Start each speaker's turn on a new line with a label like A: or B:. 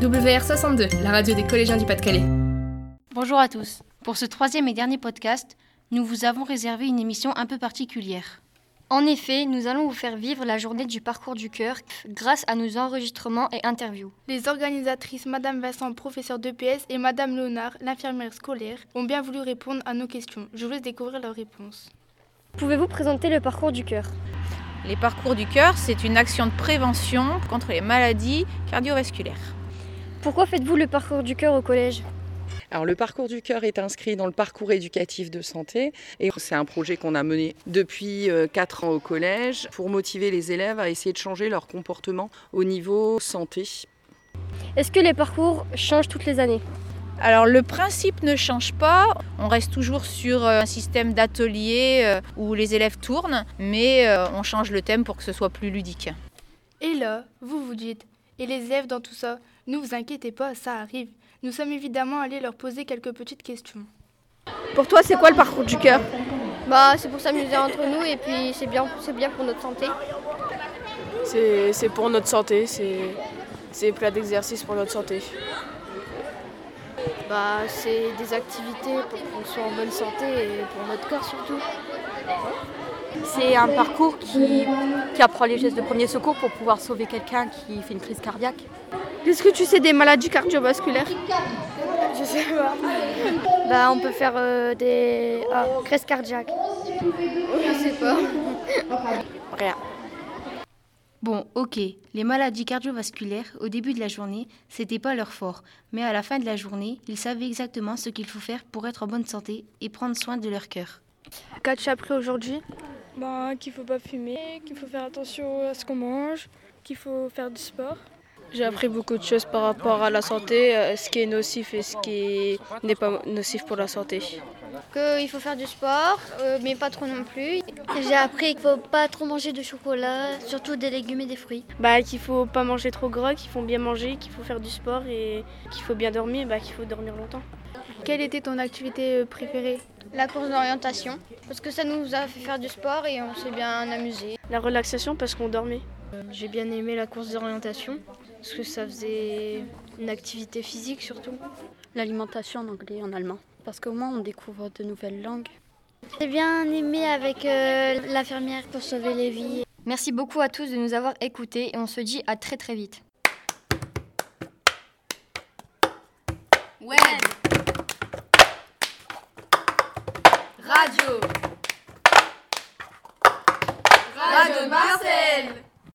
A: WR62, la radio des collégiens du Pas-de-Calais.
B: Bonjour à tous. Pour ce troisième et dernier podcast, nous vous avons réservé une émission un peu particulière.
C: En effet, nous allons vous faire vivre la journée du parcours du cœur grâce à nos enregistrements et interviews.
D: Les organisatrices Madame Vincent, professeure d'EPS, et Madame Léonard, l'infirmière scolaire, ont bien voulu répondre à nos questions. Je vous laisse découvrir leurs réponses.
C: Pouvez-vous présenter le parcours du cœur
E: Les parcours du cœur, c'est une action de prévention contre les maladies cardiovasculaires.
C: Pourquoi faites-vous le parcours du cœur au collège
F: alors le parcours du cœur est inscrit dans le parcours éducatif de santé et c'est un projet qu'on a mené depuis 4 ans au collège pour motiver les élèves à essayer de changer leur comportement au niveau santé.
C: Est-ce que les parcours changent toutes les années
E: alors le principe ne change pas, on reste toujours sur euh, un système d'atelier euh, où les élèves tournent, mais euh, on change le thème pour que ce soit plus ludique.
D: Et là, vous vous dites, et les élèves dans tout ça, ne vous inquiétez pas, ça arrive. Nous sommes évidemment allés leur poser quelques petites questions.
G: Pour toi, c'est quoi le parcours du cœur
H: Bah, c'est pour s'amuser entre nous et puis c'est bien, c'est bien pour notre santé.
I: C'est, c'est pour notre santé, c'est, c'est plein d'exercices pour notre santé.
J: Bah, c'est des activités pour qu'on soit en bonne santé et pour notre corps surtout.
K: C'est un parcours qui, qui apprend les gestes de premier secours pour pouvoir sauver quelqu'un qui fait une crise cardiaque.
G: Qu'est-ce que tu sais des maladies cardiovasculaires
J: Je sais pas.
H: Bah, on peut faire euh, des ah, crises cardiaques.
J: Je sais pas.
K: Rien.
B: Bon, ok, les maladies cardiovasculaires, au début de la journée, c'était pas leur fort, mais à la fin de la journée, ils savaient exactement ce qu'il faut faire pour être en bonne santé et prendre soin de leur cœur.
D: Qu'as-tu appris aujourd'hui
L: bah, Qu'il faut pas fumer, qu'il faut faire attention à ce qu'on mange, qu'il faut faire du sport.
I: J'ai appris beaucoup de choses par rapport à la santé, euh, ce qui est nocif et ce qui n'est pas nocif pour la santé.
H: Qu'il faut faire du sport, euh, mais pas trop non plus.
M: J'ai appris qu'il faut pas trop manger de chocolat, surtout des légumes et des fruits.
N: Bah qu'il faut pas manger trop gras, qu'il faut bien manger, qu'il faut faire du sport et qu'il faut bien dormir, bah qu'il faut dormir longtemps.
D: Quelle était ton activité euh, préférée
H: La course d'orientation, parce que ça nous a fait faire du sport et on s'est bien amusé.
N: La relaxation, parce qu'on dormait.
O: J'ai bien aimé la course d'orientation, parce que ça faisait une activité physique surtout.
K: L'alimentation en anglais et en allemand, parce qu'au moins on découvre de nouvelles langues.
M: J'ai bien aimé avec euh, l'infirmière pour sauver les vies.
C: Merci beaucoup à tous de nous avoir écoutés et on se dit à très très vite.
P: Ouais. Radio Radio Marseille